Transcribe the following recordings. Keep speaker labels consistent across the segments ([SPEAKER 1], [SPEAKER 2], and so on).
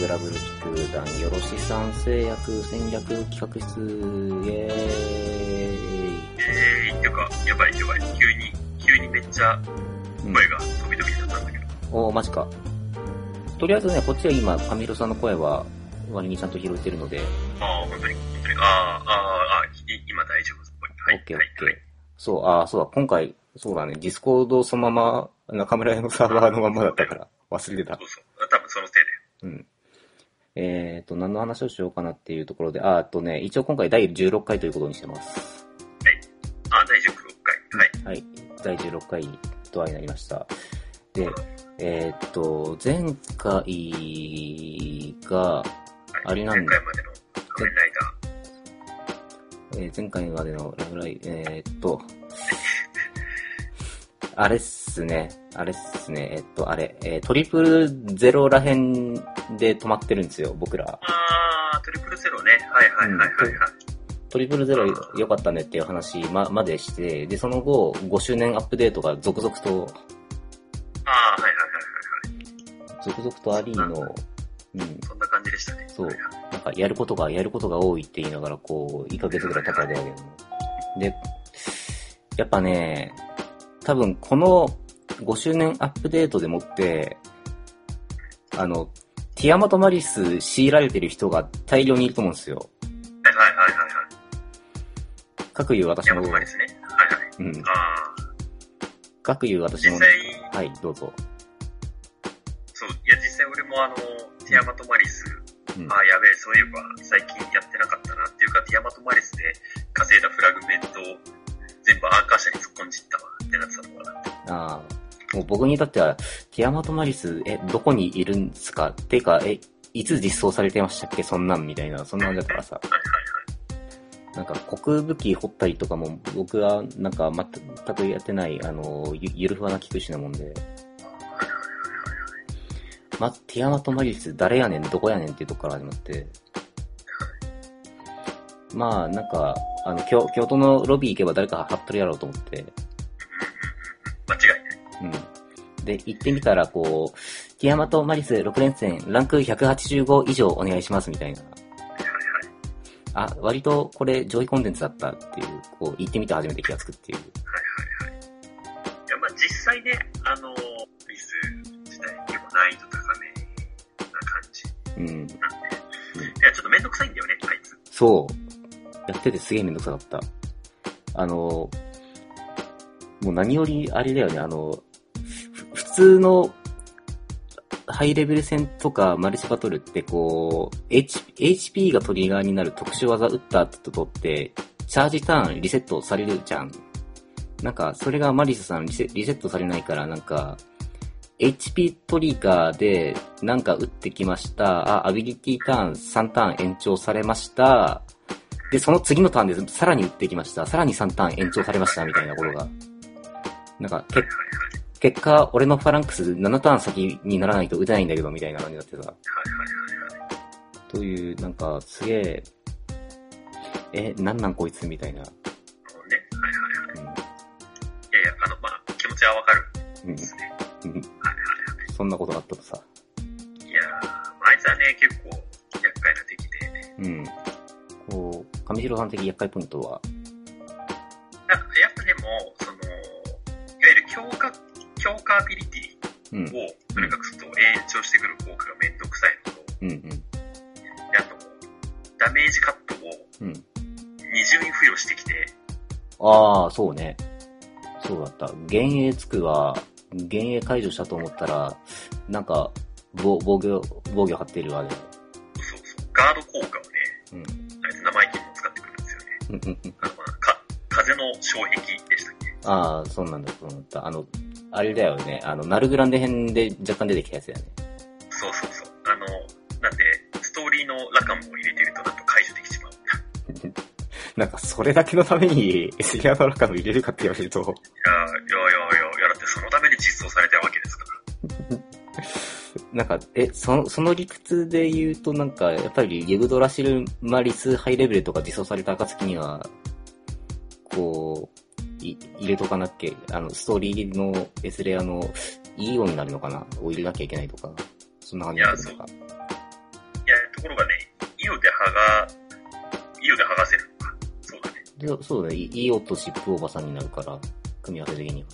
[SPEAKER 1] グラブル球団よろしさん制約戦略企画室、イエーイ。
[SPEAKER 2] えー、っていうか、やばいやばい。急に、急にめっちゃ
[SPEAKER 1] うん
[SPEAKER 2] 声が飛び飛びになったんだけど。
[SPEAKER 1] おー、マジか。とりあえずね、こっちは今、アミロさんの声は、割にちゃんと拾えてるので、
[SPEAKER 2] ああ、本当に、本当に。ああ、ああ、ああ、い今大丈夫です。はい、
[SPEAKER 1] オッケーオ
[SPEAKER 2] は
[SPEAKER 1] ッ
[SPEAKER 2] い、
[SPEAKER 1] ケー
[SPEAKER 2] はい。
[SPEAKER 1] そう、ああ、そうだ、今回、そうだね、ディスコードそのまま、中村屋のサーバーのまんまだったから、忘れてた。
[SPEAKER 2] そうそう。多分そのせいで。
[SPEAKER 1] うん。えっ、と、何の話をしようかなっていうところで、あーあとね、一応今回第16回ということにしてます。
[SPEAKER 2] ああ、大丈夫。回。
[SPEAKER 1] は
[SPEAKER 2] はい。
[SPEAKER 1] い、第16回とはになりました。で、えっ、と、前回が、
[SPEAKER 2] はい、
[SPEAKER 1] あれなんだ
[SPEAKER 2] 前回までの仮面ライダ
[SPEAKER 1] えー前回までのラブライ、えーっと、あれっすね、あれっすね、えっと、あれ、えートリプルゼロらへんで止まってるんですよ、僕ら。
[SPEAKER 2] ー。ああ、トリプルゼロね。はいはいはいはいはい。
[SPEAKER 1] トリプルゼロ良かったねっていう話ま、までして、で、その後、5周年アップデートが続々と、
[SPEAKER 2] ああ、はいはいはいはいはい。
[SPEAKER 1] 続々とありの、うん、
[SPEAKER 2] そんな感じでしたね。
[SPEAKER 1] そう
[SPEAKER 2] はいはい
[SPEAKER 1] なんかやることが、やることが多いって言いながら、こう、1ヶ月ぐらい経ったわけだけども。で、やっぱね、多分この5周年アップデートでもって、あの、ティアマトマリス強いられてる人が大量にいると思うんですよ。
[SPEAKER 2] はいはいはいはい。
[SPEAKER 1] 各言う私
[SPEAKER 2] 山
[SPEAKER 1] も
[SPEAKER 2] 本、マリスね。はいはい。
[SPEAKER 1] うん、
[SPEAKER 2] ああ。
[SPEAKER 1] 各言う私も
[SPEAKER 2] 実、際
[SPEAKER 1] はい、どうぞ。
[SPEAKER 2] そう、いや、実際俺もあの、ティアマトマリス、
[SPEAKER 1] うん
[SPEAKER 2] ああ、やべえ、そういえば最近やってなかったなっていうか、ティアマトマリスで稼いだフラグメントを全部アーカー社に突っ込んじったわってなってたのかな。
[SPEAKER 1] ああ、もう僕に至っては、ティアマトマリス、え、どこにいるんですかてか、え、いつ実装されてましたっけそんなんみたいな、そんな感じだったからさ。
[SPEAKER 2] はいはいはい。
[SPEAKER 1] なんか国武器掘ったりとかも僕はなんか全くやってない、あの、ゆゆるふわな聞くしなもんで。ま、ティアマトマリス誰やねん、どこやねんっていうとこから始まって。まあ、なんか、あの、京京都のロビー行けば誰か貼っとるやろうと思って。
[SPEAKER 2] 間違いない。
[SPEAKER 1] うん。で、行ってみたら、こう、ティアマトマリス6連戦、ランク185以上お願いしますみたいな。
[SPEAKER 2] はいはいはい。
[SPEAKER 1] あ、割とこれ上位コンテンツだったっていう、こう、行ってみて初めて気がつくっていう。
[SPEAKER 2] いや、まあ実際ね、あの、リス自体結構難易度高めな感じ
[SPEAKER 1] うん。
[SPEAKER 2] なんで、いや、ちょっとめんどくさいんだよね、あいつ。
[SPEAKER 1] そう。やっててすげえめんどくさかった。あの、もう何よりあれだよね、あの、ふ普通のハイレベル戦とかマルチバトルってこう、H、HP がトリガーになる特殊技打った後とって、チャージターンリセットされるじゃん。なんか、それがマリスさんリセリセットされないから、なんか、HP トリガーでなんか打ってきました。あ、アビリティターン3ターン延長されました。で、その次のターンでさらに打ってきました。さらに3ターン延長されました、みたいなことが。なんか、け結果、俺のファランクス7ターン先にならないと打てないんだけど、みたいな感じになってさ。
[SPEAKER 2] はいはいはい。
[SPEAKER 1] という、なんか、すげえ、え、なんなんこいつみたいな。
[SPEAKER 2] あのね、はいはいはい。いやいや、あの、まあ気持ちはわかるん
[SPEAKER 1] うん。うん
[SPEAKER 2] ですね。
[SPEAKER 1] うん
[SPEAKER 2] はいはいはい。
[SPEAKER 1] そんなことがあったとさ。
[SPEAKER 2] いやー、あいつはね、結構厄介な敵で、
[SPEAKER 1] うん。こう、上白さん的厄介ポイントは、
[SPEAKER 2] なんかやっぱでも、その、いわゆる強化、強化アビリティ
[SPEAKER 1] うん。
[SPEAKER 2] をとにかくすると延長してくる効果がめんどくさいのと、で
[SPEAKER 1] うんうん。
[SPEAKER 2] あと、ダメージカットを
[SPEAKER 1] うん。
[SPEAKER 2] 二重に付与してきて、
[SPEAKER 1] ああ、そうね。そうだった。幻影つくは、幻影解除したと思ったら、なんか、防防御、防御張ってるあれ。
[SPEAKER 2] そうそう、ガード効果をね、
[SPEAKER 1] うん。
[SPEAKER 2] あいつ生意気にも使ってくるんですよね。
[SPEAKER 1] うんうんうん
[SPEAKER 2] あの、まあ、か、風の障壁でしたっけ
[SPEAKER 1] ああ、そうなんだと思った。あの、あれだよね。あの、ナルグランデ編で若干出てきたやつだよね。
[SPEAKER 2] そうそうそう。あの、なんで、ストーリーのラカムを入れてるとなんと解除できちまう。
[SPEAKER 1] なんか、それだけのために、 エスリアドラカム入れるかって言われると、
[SPEAKER 2] いやー、いやいやいや、いやだってそのために実装されたわけですから。
[SPEAKER 1] なんか、え、その、その理屈で言うと、なんか、やっぱり、ユグドラシルマリスハイレベルとか実装された暁には、こう、い、入れとかなっけ、あの、ストーリーの S レアの、いいようになるのかなを入れなきゃいけないとか、そんな感じになってくるのか。
[SPEAKER 2] ところがね、色で剥が、色で剥がせるのか。そうだね。
[SPEAKER 1] でそうだね、いい音シップおばさんになるから、組み合わせ的には。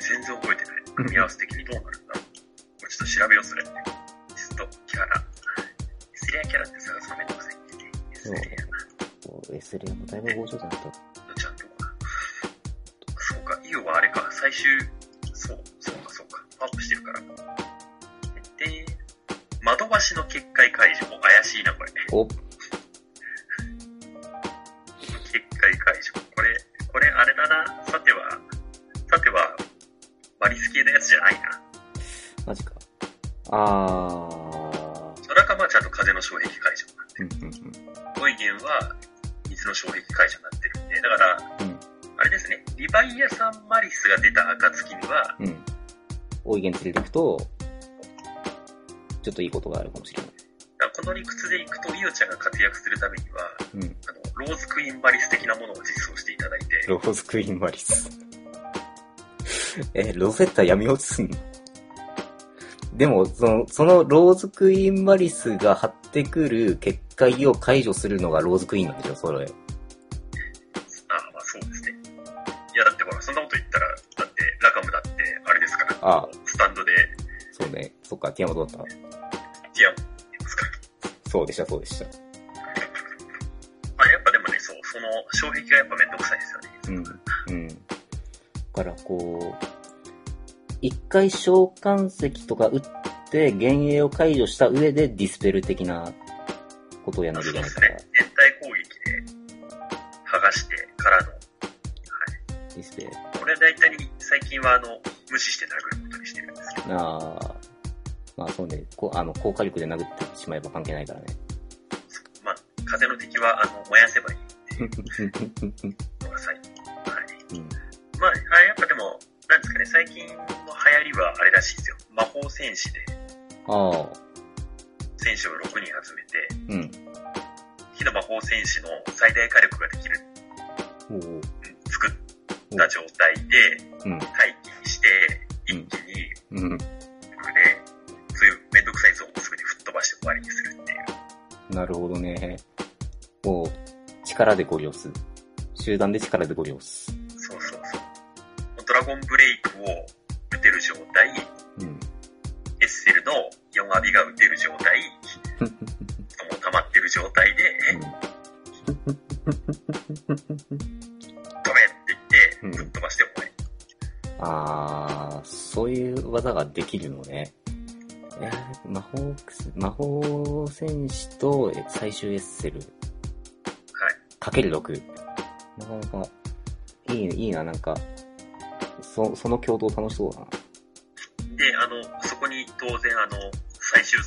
[SPEAKER 2] 全然覚えてない。組み合わせ的にどうなるんだろう。これちょっと調べよう、それ。ちょっと、キャラ。セリアキャラって探すのめんどくさいんでね。セ
[SPEAKER 1] う
[SPEAKER 2] リア。
[SPEAKER 1] こう SL もだいぶ強情だなと。
[SPEAKER 2] どっちなんだろうな。そうか、イオはあれか、最終、そう、そうか、そうか。パワーアップしてるから。で、窓橋の結界解除も怪しいな、これ。
[SPEAKER 1] お、
[SPEAKER 2] 結界解除。これ、これあれだな。さては、さては、マリス系のやつじゃないな。
[SPEAKER 1] マジか。あー。
[SPEAKER 2] 空かまあちゃんと風の障壁解
[SPEAKER 1] う
[SPEAKER 2] 除。
[SPEAKER 1] んうんうん
[SPEAKER 2] ボイゲンは水の障壁解除になってるんで、だから、
[SPEAKER 1] うん
[SPEAKER 2] あれですね、リヴァイアさんマリスが出た暁には、
[SPEAKER 1] うん。大いげん連れてくと、ちょっといいことがあるかもしれない。
[SPEAKER 2] だからこの理屈でいくと、イオちゃんが活躍するためには、
[SPEAKER 1] うん。
[SPEAKER 2] あの、ローズクイーンマリス的なものを実装していただいて、
[SPEAKER 1] ローズクイーンマリス。え、ロゼッタ闇落ちすんのでも、その、そのローズクイーンマリスが張ってくる結界を解除するのがローズクイーンなんでしょそれ。
[SPEAKER 2] ああ、まあそうですね。いや、だってほら、そんなこと言ったら、だって、ラカムだって、あれですから、
[SPEAKER 1] ああ
[SPEAKER 2] スタンドで、
[SPEAKER 1] そうね。そっか、ティアマどうだっ
[SPEAKER 2] ティアムいますから。
[SPEAKER 1] たそうでした、そうでした。
[SPEAKER 2] まあやっぱでもね、そう、その障壁がやっぱめんどくさいですよね。
[SPEAKER 1] うん。うん。だからこう、一回召喚石とか打って、幻影を解除した上でディスペル的なことをやんなきゃいけないから、デ
[SPEAKER 2] 全体攻撃で、剥がしてからの、
[SPEAKER 1] ィスペル。
[SPEAKER 2] 俺は大体最近はあの、無視して殴ることにしてるんですけど、
[SPEAKER 1] ああ、まあそうね、こあの、効果力で殴ってしまえば関係ないから ね。
[SPEAKER 2] まあ、風の敵はあの、燃やせばいいのが最近。はい。
[SPEAKER 1] うん
[SPEAKER 2] まあ、あやっぱでも、なんですかね、最近の流行りはあれらしいですよ。魔法戦士で、
[SPEAKER 1] ああ、
[SPEAKER 2] 戦士を6人集めて、
[SPEAKER 1] うん。
[SPEAKER 2] 火の魔法戦士の最大火力ができる、
[SPEAKER 1] おお
[SPEAKER 2] 作った状態で、
[SPEAKER 1] うん。
[SPEAKER 2] 待機して、一気に、
[SPEAKER 1] うん。
[SPEAKER 2] これで、そういうめんどくさいゾーンをすぐに吹っ飛ばして終わりにするっていう。
[SPEAKER 1] なるほどね。もう、力でご利用す。集団で力でご利用す。
[SPEAKER 2] そうそうそう。ドラゴンブレイクを打てる状態、
[SPEAKER 1] うん。
[SPEAKER 2] エッセルの4アビが打てる状態、人も溜まってる状態で、
[SPEAKER 1] う
[SPEAKER 2] 止めって言
[SPEAKER 1] ん
[SPEAKER 2] って、ぶっ飛ばして終わり。
[SPEAKER 1] あー、そういう技ができるのね。えー魔法くす、魔法戦士とえ最終エッセル。
[SPEAKER 2] はい。
[SPEAKER 1] かける6。なかなか、いいね、いいな、なんか、そ、その共闘楽しそうだな。
[SPEAKER 2] で、あの、そこに当然あの、最終3が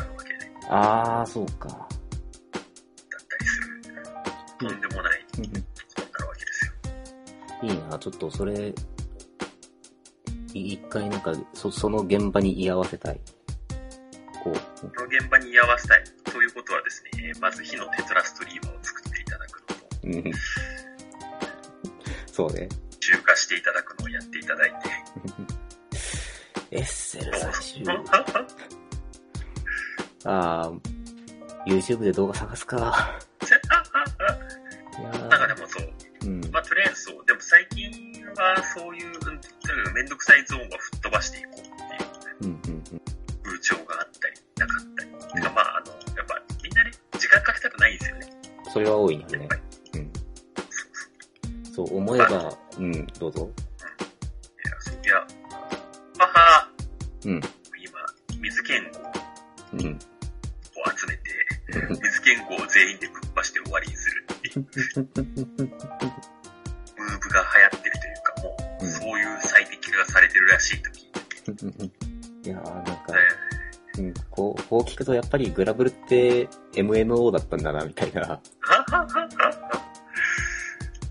[SPEAKER 2] 絡むわけだっ
[SPEAKER 1] あー、そうか。
[SPEAKER 2] たりする。とんでもないことになるわけですよ。
[SPEAKER 1] いいな、ちょっとそれ、い一回なんか、そ、その現場に居合わせたい。こう、
[SPEAKER 2] この現場に居合わせたい。ということはですね、えーまず火のテトラストリーマーを作っていただくのと、
[SPEAKER 1] うん そうね。
[SPEAKER 2] 中華していただくのをやっていただいて、
[SPEAKER 1] エッセル最 終。
[SPEAKER 2] そ
[SPEAKER 1] ああ、YouTube で動画探すか。いやー
[SPEAKER 2] なんかでもそう、
[SPEAKER 1] うん。
[SPEAKER 2] まあ、とりあえずそう、でも最近はそういう、うんとにかくめんどくさいゾーンは吹っ飛ばしていこうっていう
[SPEAKER 1] うんうんうん。
[SPEAKER 2] 風潮があったり、なかったり。てかまあ、あの、やっぱみんなね、時間かけたくないんですよね。
[SPEAKER 1] それは大いにあ
[SPEAKER 2] や
[SPEAKER 1] る
[SPEAKER 2] っ
[SPEAKER 1] ね
[SPEAKER 2] ぱ。り。
[SPEAKER 1] うん。そう思えば、うん、どうぞ。
[SPEAKER 2] いや、そういや、バッハ、
[SPEAKER 1] うん。
[SPEAKER 2] 今、水剣豪を
[SPEAKER 1] うん。
[SPEAKER 2] 集め て、水剣豪を全員でぶっ破して終わりにす るっていう。ムーブが流行ってるというか、もう、
[SPEAKER 1] うん
[SPEAKER 2] そういう最適化がされてるらしいと聞いて、
[SPEAKER 1] いやーなんか、うん、こう、こう聞くとやっぱりグラブルって MMO だったんだな、みたいな。
[SPEAKER 2] いや、でもね、そう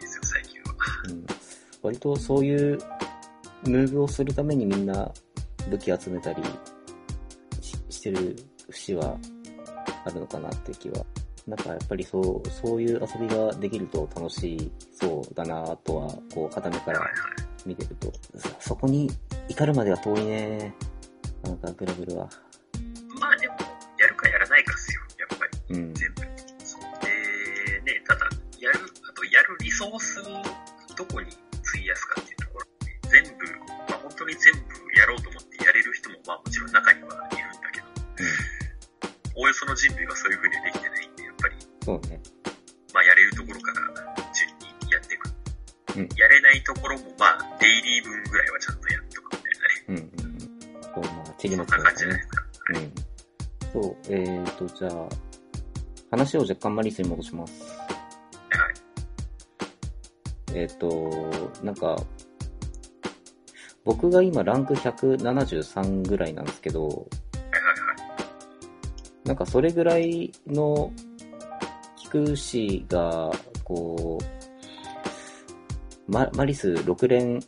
[SPEAKER 2] ですよ、最近は。
[SPEAKER 1] うん。割とそういうムーブをするためにみんな武器集めたりししてる節はあるのかなって気は。なんかやっぱりそう、そういう遊びができると楽しそうだなとは、こう、片目から見てると。そそこに至るまでは遠いね。なんかグラブルは。うん。
[SPEAKER 2] 全部。そうで、ね、ただ、やる、あとやるリソースをどこに費やすかっていうところ、全部、まあ本当に全部やろうと思ってやれる人も、まあもちろん中にはいるんだけど、おおよその準備がそういう風にできてないんで、やっぱり、
[SPEAKER 1] そうね。
[SPEAKER 2] まあやれるところから順にやっていく。
[SPEAKER 1] うん
[SPEAKER 2] やれないところも、まあ、デイリー分ぐらいはちゃんとやっとくみたいなね。
[SPEAKER 1] うんうんうん。そう、まあ、チリも
[SPEAKER 2] そんな感じじゃないです
[SPEAKER 1] うん。
[SPEAKER 2] か。
[SPEAKER 1] そう、えーと、じゃあ、話を若干マリスに戻します。
[SPEAKER 2] はい。
[SPEAKER 1] えっ、と、なんか、僕が今ランク173ぐらいなんですけど、
[SPEAKER 2] はいはいはい。
[SPEAKER 1] なんかそれぐらいの菊池が、こう、ママリス6連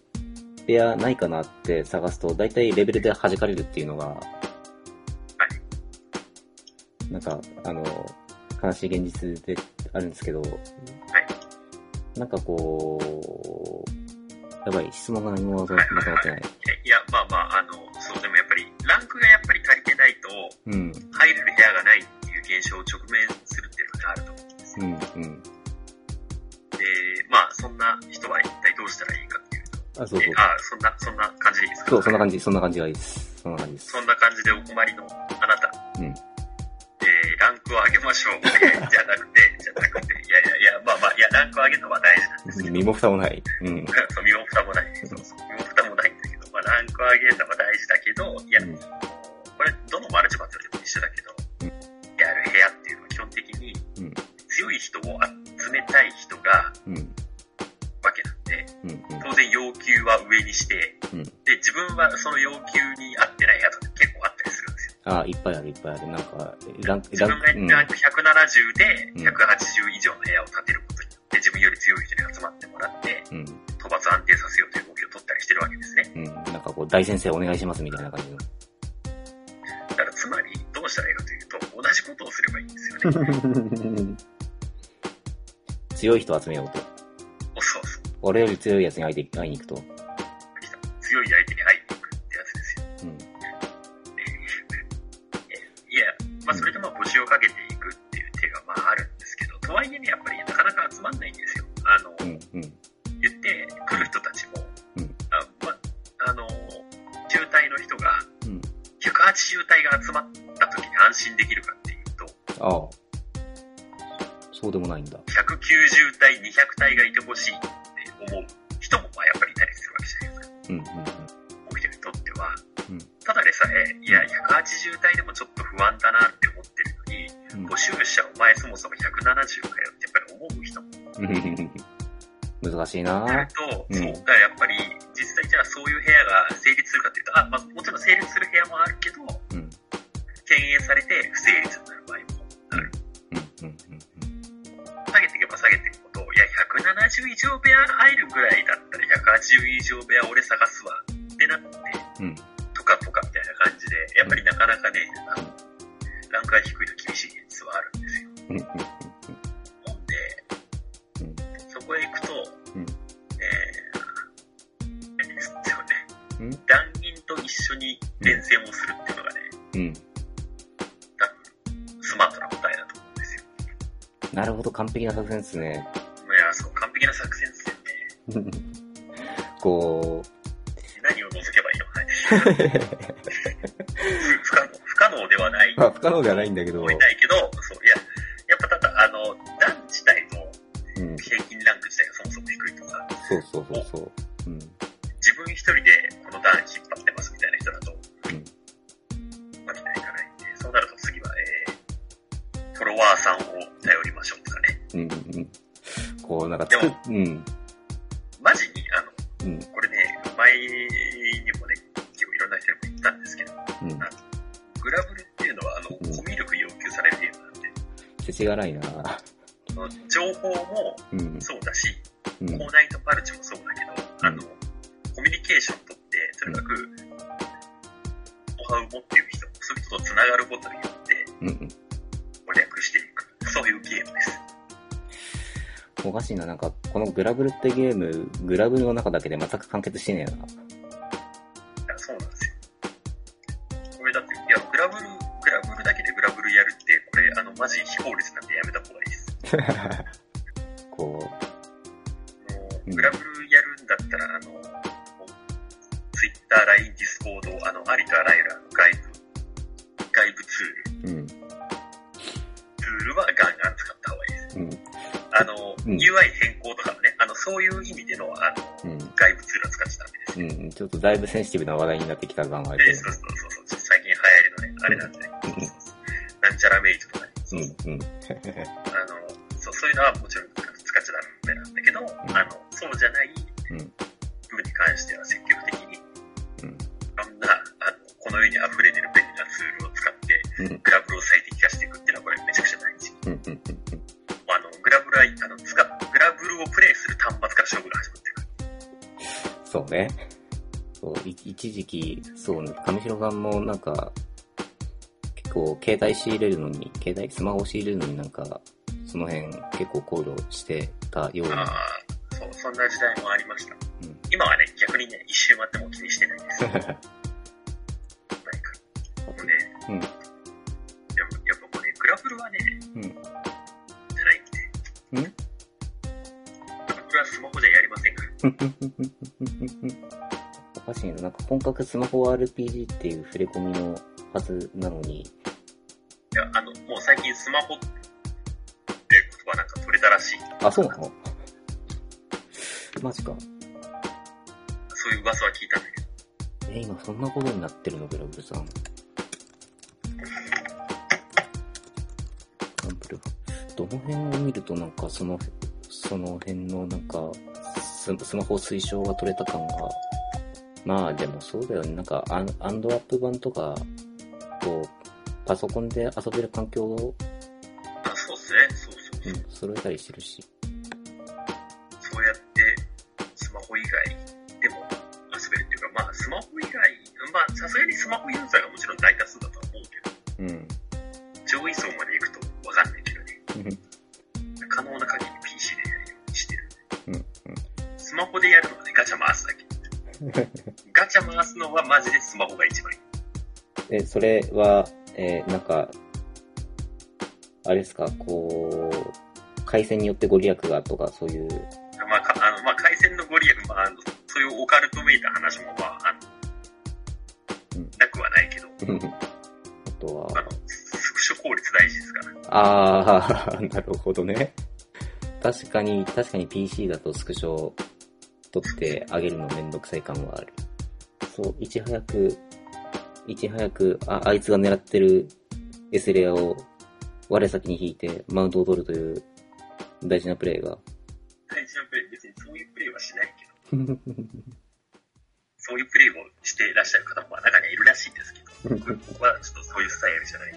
[SPEAKER 1] ペアないかなって探すと、大体レベルで弾かれるっていうのが、なんか、あの、悲しい現実であるんですけど、なんかこう、やばい、質問が何もまとままとまってない。
[SPEAKER 2] えいや、まあまあ、あの、そう、でもやっぱり、ランクがやっぱり足りてないと、
[SPEAKER 1] うん、
[SPEAKER 2] 入る部屋がないっていう現象を直面するっていうのがあると思うんです
[SPEAKER 1] う
[SPEAKER 2] よ。
[SPEAKER 1] ん、うん。
[SPEAKER 2] で、まあ、そんな人は一体どうしたらいいかっていうと、
[SPEAKER 1] あ、そうそう
[SPEAKER 2] え。あ、そんな、そんな感じでいいですか
[SPEAKER 1] そう、そんな感じ、そんな感じがいいです。そんな感じです
[SPEAKER 2] そ。んな感じでお困りのあなた。
[SPEAKER 1] うん
[SPEAKER 2] えーランクを上げましょう。いやじゃなくて、じゃなくて、いやいやいや、まあまあ、いや、ランクを上げるのは大事なんですけど、
[SPEAKER 1] 身も蓋もない。うん。
[SPEAKER 2] そう身も蓋もない。そうそう、身も蓋もないんだけど、まあ、ランクを上げるのは大事だけど、いや、
[SPEAKER 1] うん
[SPEAKER 2] これ、どのマルチバトルでも一緒だけど、
[SPEAKER 1] うん
[SPEAKER 2] やる部屋っていうのは基本的に
[SPEAKER 1] うん、
[SPEAKER 2] 強い人を集めたい人が
[SPEAKER 1] うん、
[SPEAKER 2] わけなんで、
[SPEAKER 1] うん、
[SPEAKER 2] 当然要求は上にして、
[SPEAKER 1] うん。うん。
[SPEAKER 2] で、自分はその要求に合ってないやつが結構あったりするんですよ。
[SPEAKER 1] あ、いっぱいある、いっぱいある。なんか、ランク、
[SPEAKER 2] 自
[SPEAKER 1] ラ
[SPEAKER 2] 分
[SPEAKER 1] ン
[SPEAKER 2] が
[SPEAKER 1] ク、
[SPEAKER 2] 言った170で
[SPEAKER 1] うん
[SPEAKER 2] 180以上の部屋を建てることによって、自分より強い人に集まってもらって、
[SPEAKER 1] うん、うん、
[SPEAKER 2] 討伐安定させようという動きを取ったりしてるわけですね。
[SPEAKER 1] うん。なんかこう、大先生お願いしますみたいな感じの。
[SPEAKER 2] だから、つまり、どうしたらいいかというと、同じことをすればいいんですよね。
[SPEAKER 1] 強い人を集めようと。
[SPEAKER 2] おそうそう。
[SPEAKER 1] 俺より強いやつに会いて会いに行くと。
[SPEAKER 2] 強い相手に会いに行くってやつですよ。
[SPEAKER 1] うん、
[SPEAKER 2] いや、まあ、それでまあ募集をかけていくっていう手がまああるんですけど、とはいえね、やっぱりなかなか集まんないんですよ。あの、
[SPEAKER 1] うん、うん、
[SPEAKER 2] 言って来る人たちも、
[SPEAKER 1] うん
[SPEAKER 2] あまあ、あの、渋滞の人が、
[SPEAKER 1] うん。
[SPEAKER 2] 180体が集まった時に安心できるかっていうと、
[SPEAKER 1] ああ。そうでもないんだ。
[SPEAKER 2] 190体、200体がいてほしいって思う人もまあやっぱりいたりするわけじゃないですか。
[SPEAKER 1] うん、うん、
[SPEAKER 2] 僕人にとっては。
[SPEAKER 1] うん
[SPEAKER 2] ただでさえ、いや、180体でもちょっと不安だなって思ってるのに、
[SPEAKER 1] うん
[SPEAKER 2] 募集者お前そもそも170かよってやっぱり思う人も
[SPEAKER 1] うん。難しい
[SPEAKER 2] いる
[SPEAKER 1] な
[SPEAKER 2] と、
[SPEAKER 1] うん
[SPEAKER 2] そうだからやっぱり実際じゃあそういう部屋が成立するかっていうとあ、まあ、もちろん成立する部屋もあるけど
[SPEAKER 1] うん、
[SPEAKER 2] 敬遠されて不成立になる場合もある
[SPEAKER 1] うん、うん、うん。
[SPEAKER 2] 下げていけば下げていくほどいや170以上部屋入るぐらいだったら180以上部屋俺探すわってなって
[SPEAKER 1] うん。
[SPEAKER 2] とかとかみたいな感じでやっぱりなかなかね、あのランクが低いと厳しい現実はあるんですよ
[SPEAKER 1] うん、
[SPEAKER 2] なんで
[SPEAKER 1] うん、
[SPEAKER 2] そこへ行くと、
[SPEAKER 1] うん
[SPEAKER 2] えー、あれですよ
[SPEAKER 1] ん
[SPEAKER 2] ね。団員と一緒に連戦をするっていうのがね、
[SPEAKER 1] うん。うん。
[SPEAKER 2] 多分、スマートな答えだと思うんですよ。
[SPEAKER 1] なるほど、完璧な作戦ですね。
[SPEAKER 2] いや、そう、完璧な作戦ですよね。
[SPEAKER 1] こ、。
[SPEAKER 2] 何を除けばいいのかね。不可能、不可能ではない う
[SPEAKER 1] まあ不可能ではないんだけど
[SPEAKER 2] 思、いたいけど、そう、いや、やっぱただ、あの、団自体の
[SPEAKER 1] うん、
[SPEAKER 2] 平均ランク自体がそもそも低いとか、
[SPEAKER 1] そうそうそうそう。うん、
[SPEAKER 2] 自分一人でこの団引っ張ってますみたいな人だと、
[SPEAKER 1] うん、
[SPEAKER 2] まあ、みたいなないんで、そうなると次は、えー、フォロワーさんを頼りましょうとかね。
[SPEAKER 1] うん、うん。こう、なんかつく
[SPEAKER 2] でも、
[SPEAKER 1] うん、
[SPEAKER 2] マジに、あの、
[SPEAKER 1] うん、
[SPEAKER 2] これね、前にもね、結構いろんな人にも言ったんですけど、
[SPEAKER 1] うん。
[SPEAKER 2] グラブルっていうのは、あの、コ
[SPEAKER 1] ん
[SPEAKER 2] ミュ力要求されるゲームなんで、
[SPEAKER 1] せちがらいな
[SPEAKER 2] その情報も
[SPEAKER 1] うん、
[SPEAKER 2] そうだし、
[SPEAKER 1] うん、
[SPEAKER 2] コーナイトマルチもそうだけど、あの、コミュニケーション取って、とにかく、ノウハウ持ってる人、そういう人と繋がることによって、
[SPEAKER 1] うん。
[SPEAKER 2] 攻略していく。そういうゲームです。
[SPEAKER 1] おかしいな、なんか、このグラブルってゲーム、グラブルの中だけで全く完結してねえな。
[SPEAKER 2] いやそうなんですよ。これだって、いや、グラブル、グラブルだけでグラブルやるって、これ、あの、マジ非効率なんでやめた方がいいです。
[SPEAKER 1] こ
[SPEAKER 2] も
[SPEAKER 1] う
[SPEAKER 2] うんグラブルやるんだったら、あの、ツイッター、LINE、ディスコード、あの、ありとあらゆるあの外部、外部ツール、
[SPEAKER 1] う、うん、
[SPEAKER 2] ツールはガンガン使った方がいいです。
[SPEAKER 1] うん、
[SPEAKER 2] あの、
[SPEAKER 1] うん
[SPEAKER 2] UI 変更とかのね、あの、そういう意味での、あの、
[SPEAKER 1] うん、
[SPEAKER 2] 外部ツールは使っちゃダメです。
[SPEAKER 1] うん、ちょっとだいぶセンシティブな話題になってきた感があ
[SPEAKER 2] で、
[SPEAKER 1] る
[SPEAKER 2] そうそうそうそう、最近流行りのね、あれなんで、ね、
[SPEAKER 1] うん
[SPEAKER 2] そうそうそうなんちゃらメイトとかね、
[SPEAKER 1] け
[SPEAKER 2] そう
[SPEAKER 1] ど。
[SPEAKER 2] そう
[SPEAKER 1] うん、うん。
[SPEAKER 2] あの、そう、そういうのはもちろん使っちゃダメなんだけど、
[SPEAKER 1] ん
[SPEAKER 2] あの、そうじゃない
[SPEAKER 1] うん
[SPEAKER 2] 部に関しては積極的に
[SPEAKER 1] うん
[SPEAKER 2] いろんな、あの、この世に溢れてる便利なツールを使って、
[SPEAKER 1] うん
[SPEAKER 2] グラブルを最適化していくっていうのはこれめちゃくちゃ大事。
[SPEAKER 1] うん、うん、
[SPEAKER 2] あの、グラブルは、あの、使っ、グラブルをプレイする端末から勝負が始まってるから。
[SPEAKER 1] そうね。そう、い一時期、そうね、上白さんもなんか、結構、携帯仕入れるのに、携帯、スマホを仕入れるのになんか、その辺結構考慮してたよう
[SPEAKER 2] あ
[SPEAKER 1] な。
[SPEAKER 2] あ、そう、そんな時代もありました。
[SPEAKER 1] うん
[SPEAKER 2] 今はね、逆にね、一周回っても気に してないです。なんか、もうね、
[SPEAKER 1] うん
[SPEAKER 2] でもやっぱもうね、グラブルはね、
[SPEAKER 1] うん
[SPEAKER 2] じゃないんで。
[SPEAKER 1] うん
[SPEAKER 2] グラブルはスマホじゃやりませんから。
[SPEAKER 1] おかしいな、なんか本格スマホ RPG っていう触れ込みのはずなのに、
[SPEAKER 2] いや、あの、もう最近スマホって言葉なんか取れたらしい。
[SPEAKER 1] あ、そうなのマジか。
[SPEAKER 2] そういう噂は聞いたんだけど。
[SPEAKER 1] え、今そんなことになってるのグラブルさん。サンプルが。どの辺を見るとなんかその、その辺のなんか、ススマホ推奨が取れた感が。まあでもそうだよね。なんかアン、アンドアップ版とか、こう、パソコンで遊べる環境を、
[SPEAKER 2] あ、そうっすね。そうそう
[SPEAKER 1] う
[SPEAKER 2] そう。
[SPEAKER 1] ん、揃えたりしてるし。
[SPEAKER 2] そうやって、スマホ以外でも遊べるっていうか、まあ、スマホ以外、まあ、さすがにスマホユーザーがもちろん大多数だとは思うけど、
[SPEAKER 1] うん。
[SPEAKER 2] 上位層まで行くとわかんないけどね。可能な限り PC でやるようにしてる。
[SPEAKER 1] うんうん
[SPEAKER 2] スマホでやるのはね、ガチャ回すだけ。ガチャ回すのはマジでスマホが一番いい。
[SPEAKER 1] え、それは、えーなんか、あれですか、こう、回線によってご利益がとか、そういう、
[SPEAKER 2] まあ、かあの、まあ、回線のご利益、まあ、あのそういうオカルトめいた話も、まあ、あの
[SPEAKER 1] うん
[SPEAKER 2] なくはないけど、
[SPEAKER 1] あと
[SPEAKER 2] あ
[SPEAKER 1] は
[SPEAKER 2] の、、スクショ効率大事ですから。
[SPEAKER 1] あー、なるほどね。確かに、確かに PC だとスクショ取ってあげるのめんどくさい感はある。そう、いち早く、いち早く、あ、あいつが狙ってる S レアを我先に引いてマウントを取るという大事なプレイ が。
[SPEAKER 2] 大事なプレイ、別にそういうプレイはしないけど、そういうプレイをしていらっしゃる方も中にはいるらしいんですけど、僕はちょっとそういうスタイルじゃない。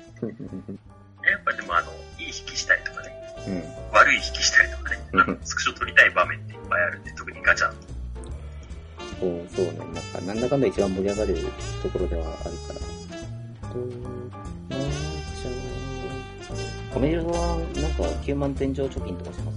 [SPEAKER 2] やっぱでも、あの、いい引きしたいとかね、
[SPEAKER 1] うん
[SPEAKER 2] 悪い引きしたいとかね、あ
[SPEAKER 1] う
[SPEAKER 2] のスクショ取りたい場面っていっぱいあるんで、特にガチャの
[SPEAKER 1] そうそうね、なんか、なんだかんだ一番盛り上がるところではあるから。と、なんちゃ亀城さん、なんか9万点以上貯金とかしてます